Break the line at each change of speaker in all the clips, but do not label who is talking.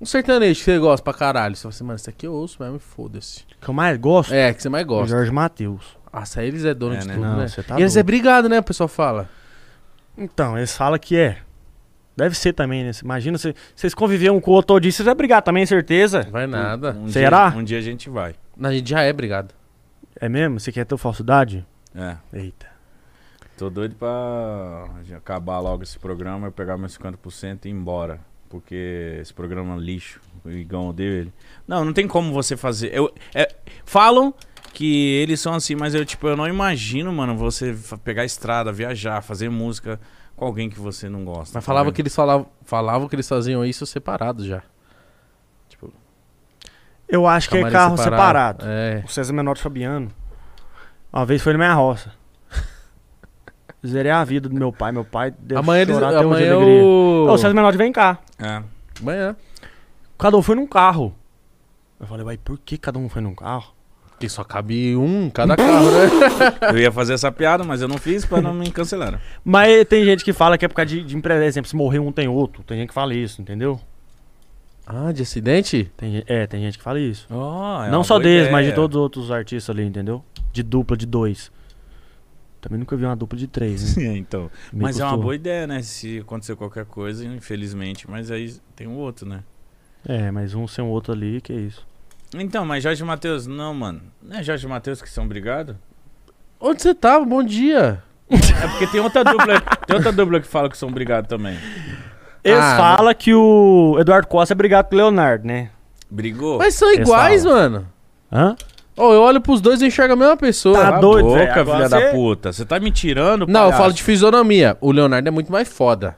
Um sertanejo que você gosta pra caralho. Você fala assim, mano, isso aqui eu ouço mesmo e foda-se.
que eu mais gosto
É, que você mais
é
gosta.
Jorge Matheus.
Nossa, eles é dono
É,
de
né?
tudo,
Não,
né?
você tá
e eles é
doido.
brigado, né? O pessoal fala.
Então, eles falam que é. Deve ser também, né? Cê- Imagina, cê- vocês conviveram um com o outro todo dia, vocês vão brigar também, certeza.
Vai nada.
Um
Será?
Dia, um dia a gente vai.
A gente já é brigado.
É mesmo? Você quer ter falsidade?
É.
Eita.
Tô doido pra acabar logo esse programa, eu pegar meus 50% e ir embora. Porque esse programa é um lixo, o Igão odeia ele. Não, não tem como você fazer. Eu, é, falam que eles são assim, mas eu, tipo, eu não imagino, mano, você fa- pegar a estrada, viajar, fazer música com alguém que você não gosta.
Mas falava
tá
que eles falavam, falavam que eles faziam isso separados já. Tipo,
Eu acho que é
camarim
carro separado.
É.
O César Menor Fabiano. Uma vez foi na minha roça. Zerei a vida do meu pai. Meu pai deu
Amanhã eles.
até hoje de
Amanhã é
alegria.
o.
Ô, César Menor, vem cá.
ligado? É.
Amanhã.
Cada um foi num carro. Eu falei, vai, por que cada um foi num carro?
Porque só cabe um em cada carro, né?
Eu ia fazer essa piada, mas eu não fiz pra não me cancelar.
Mas tem gente que fala que é por causa de, de empresa. Exemplo, se morrer um tem outro. Tem gente que fala isso, entendeu?
Ah, de acidente?
Tem, gen- é, tem gente que fala isso.
É
Não só deles, mas de todos os outros artistas ali, entendeu? De dupla de dois. Também nunca vi uma dupla de três, né?
então.
Me
mas é uma
custou.
boa ideia, né? Se acontecer qualquer coisa, infelizmente, mas aí tem o outro, né?
É, mas um sem o outro ali, que isso.
Então, mas Jorge e Matheus, não, mano. Não é Jorge e Matheus que são brigados?
Onde você tava? Bom dia.
É porque tem outra dupla, tem outra dupla que fala que são brigados também.
Eles
Ah,
falam que o Eduardo Costa é brigado com o Leonardo, né?
Brigou?
Mas são
Eles
iguais,
falam.
mano.
Hã?
Ô, eu olho pros dois e enxergo a mesma pessoa.
Tá
Cala a
doido,
boca,
velho. Agora
filha
você-
da puta. Você tá me tirando,
Não, eu
palhaço.
falo de fisionomia. O Leonardo é muito mais foda.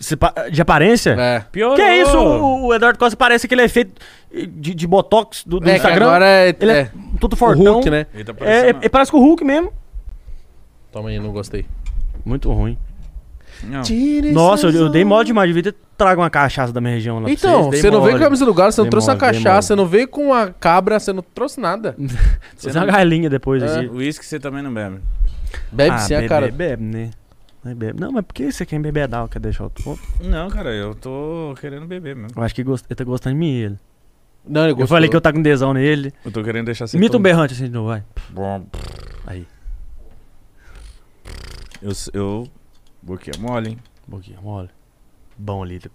Se pa- De aparência?
É.
Piorou.
Que isso? O, o Eduardo Costa parece aquele efeito de, de botox do, do
É, que
Instagram.
agora é,
Ele é,
é,
todo
o
fortão.
Hulk, né?
Ele tá
É,
parecendo...
é- é- parece com o Hulk mesmo.
Toma aí, não gostei.
Muito ruim. é
Não.
Nossa, eu, eu dei mole demais. Devia ter trago uma cachaça da minha região lá pra
Então,
vocês,
você
dei
não veio
mole.
com a camisa do Galo, você não
Dei
trouxe a
mole, dei
cachaça, você
mole.
não veio com a cabra, você não trouxe nada.
Hum. Você
Você
uma
não-
galinha depois.
É.
assim.
O uísque você também não bebe.
Bebe
Ah,
sim é a
bebe,
cara.
bebe, né? Mas bebe. Não, mas por que você quer embebedar? Quer deixar o outro?
Não, cara, eu tô querendo beber mesmo.
Eu acho que gost... ele tá gostando de mim, ele.
Não, ele
Eu
gostou.
falei que eu tá com desão nele.
Eu tô querendo deixar você...
Imita um
todo-
berrante assim de novo, vai.
Bom.
Aí.
Eu... eu... Boquinha mole, hein?
Boquinha, um mole. Bom ali. tá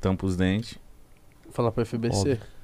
Tampa os dentes.
Falar pro FBC.
Óbvio.